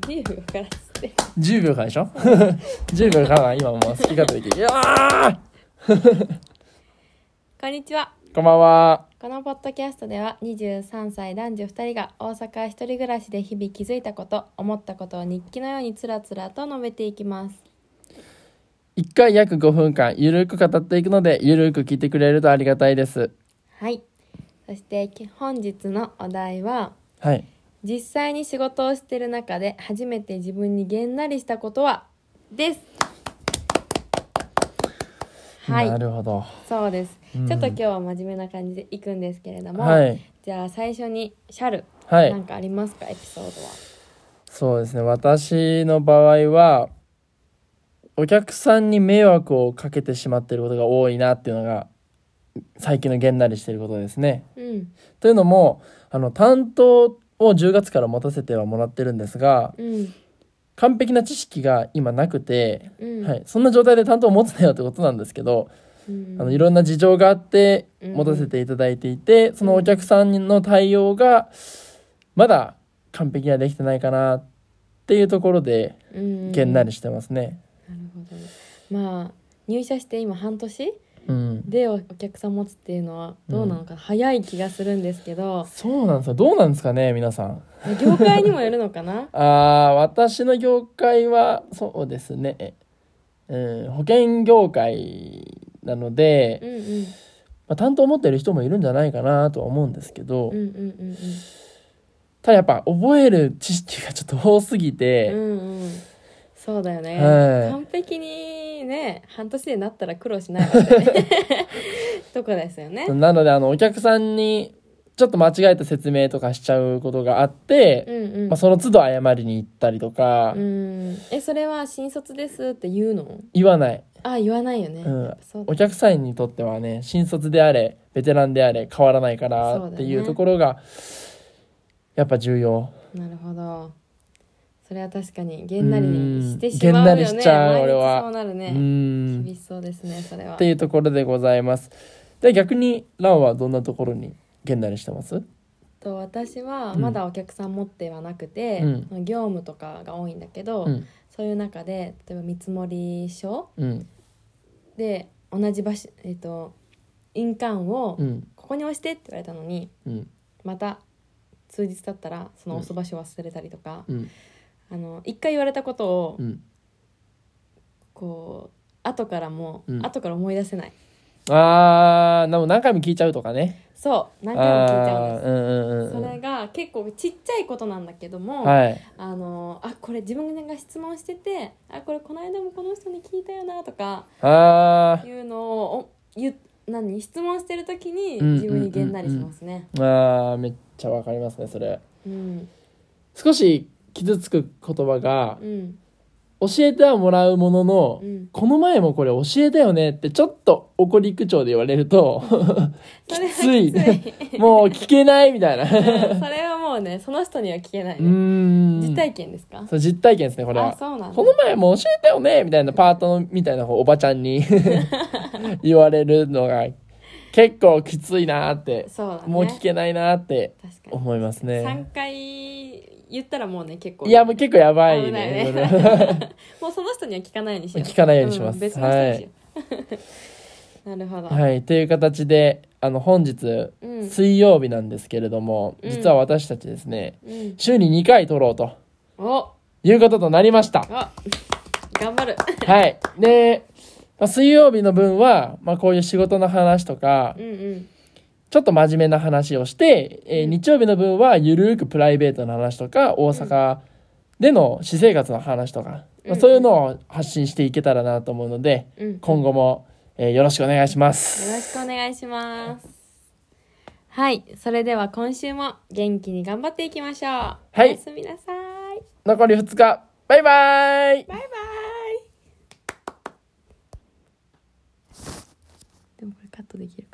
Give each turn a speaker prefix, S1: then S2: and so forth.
S1: 10秒からっつって
S2: 10秒からでしょ 10秒からは今もう好き勝手できるいやー
S1: こんにちは
S2: こんばんは
S1: このポッドキャストでは23歳男女2人が大阪へ一人暮らしで日々気づいたこと思ったことを日記のようにつらつらと述べていきます
S2: 1回約5分間ゆるく語っていくのでゆるく聞いてくれるとありがたいです
S1: はいそしてき本日のお題は
S2: はい
S1: 実際に仕事をしてる中で初めて自分にげんなりしたことはですはい
S2: なるほど
S1: そうです、
S2: うん
S1: ちょっと今日は真面目な感じでいくんですけれども、
S2: はい
S1: じゃあ最初にシャル、
S2: は
S1: なん
S2: い
S1: かありますかエピソードは
S2: そうですね私の場合はお客さんに迷惑をかけてしまっていることが多いなっていうのが最近のげんなりしていることですね
S1: うん
S2: というのもあの担当を10月から持たせてはもらってるんですが
S1: うん
S2: 完璧な知識が今なくて、
S1: うん
S2: はい、そんな状態で担当を持つなよってことなんですけど、
S1: うん
S2: あのいろんな事情があって
S1: うん
S2: 持たせていただいていて、そのお客さんの対応がまだ完璧にはできてないかなっていうところで
S1: うん
S2: げんなりしてますね。
S1: なるほどまあ入社して今半年
S2: うん、
S1: でおお客さん持つっていうのはどうなのかな、早い気がするんですけど
S2: そうなんですよどうなんですかね皆さん。
S1: 業界にもよるのかな
S2: あー私の業界はそうですね、えうん、保険業界なので、
S1: うんうん
S2: まあ、担当を持ってる人もいるんじゃないかなとは思うんですけど、
S1: うんうんうん
S2: ただやっぱ覚える知識がちょっと多すぎ
S1: うんう
S2: て、
S1: んうんそうだよね、
S2: はい
S1: 完璧にね半年でなったら苦労しないわってねとこですよね
S2: なのであのお客さんにちょっと間違えた説明とかしちゃうことがあって、
S1: うんうん、
S2: まあ、その都度謝りに行ったりとか、
S1: うんえそれは新卒ですって言うの
S2: 言わない
S1: あ言わないよね、
S2: うん
S1: やっぱそうだ
S2: お客さんにとってはね新卒であれベテランであれ変わらないか
S1: そうだ
S2: ら
S1: よね
S2: っていうところが、やっぱ重要
S1: なるほどそれは確かにげんなりしてし
S2: う
S1: ま
S2: ん
S1: う
S2: げんな
S1: よ
S2: り
S1: ね
S2: しちゃう
S1: 毎日
S2: 俺は
S1: そうなる
S2: う
S1: ね
S2: ん
S1: 厳しそうですねそれは
S2: っていうところでございますで逆にランはどんなところにげんなりしてます
S1: と私は
S2: うん
S1: まだお客さん持ってはなくて、業務とかが多いんだけど、
S2: うん
S1: そういう中で例えば見積書
S2: うん
S1: で同じ場所えっ、と印鑑を
S2: うん
S1: ここに押してって言われたのに
S2: うん
S1: また数日経ったらその押す場所忘れたりとか、
S2: うん
S1: あの一回言われたことを
S2: うん
S1: こう後からも、
S2: うん
S1: 後から思い出せない
S2: あーでも何回も聞いちゃうとかね
S1: そう
S2: あ
S1: 何回も聞いちゃうんです
S2: ーうんうんうん
S1: それが結構ちっちゃいことなんだけども、
S2: はい
S1: あのあこれ自分が質問しててあこれこの間もこの人に聞いたよなとか
S2: あ
S1: いうのをおゆ何質問してる時に
S2: うん
S1: 自分にげんなりしますね。
S2: ーあーめっちゃわかりますねそれ
S1: うん
S2: 少し傷つく言葉が
S1: うん
S2: 教えてはもらうものの、
S1: うん
S2: この前もこれ教えたよねってちょっと怒り口調で言われる と
S1: それはき
S2: つい
S1: つい
S2: もう聞けないみたい な
S1: そうれはもうねその人には聞けない、
S2: ー
S1: ね、
S2: ん
S1: 実体験ですか
S2: そう実体験ですねこれ
S1: あ
S2: は
S1: そうなんだ
S2: この前も教えたよねみたいなパートのみたいなこうおばちゃんに 言われるのが結構きついなーって
S1: そうだね
S2: もう聞けないなーって
S1: 確かに
S2: 思いますね
S1: 3回言ったらもうね結構
S2: いやもう結構やばい
S1: 危ないね
S2: ねそれ
S1: もうその人には聞かないようにしよう
S2: 聞かないようにします
S1: ん別の人にしようなるほど、
S2: はいという形であの本日
S1: うん
S2: 水曜日なんですけれども、
S1: うん
S2: 実は私たちですね
S1: うん、
S2: 週に2回撮ろうと
S1: お
S2: いうこととなりました
S1: あ頑張る
S2: はいで、まあ、水曜日の分は、まあ、こういう仕事の話とか
S1: うんうん
S2: ちょっと真面目な話をして、えー
S1: うん
S2: 日曜日の分はゆるーくプライベートの話とか大阪での私生活の話とか、
S1: うん
S2: まあそういうのを発信していけたらなと思うので
S1: うん
S2: 今後も、えーよろしくお願いしま
S1: よろ
S2: す。
S1: しくお願いしますはいそれでは今週も元気に頑張っていきましょう
S2: い
S1: おやすみなさい
S2: 残り2日バイバイ
S1: バイバイでもこれカットできる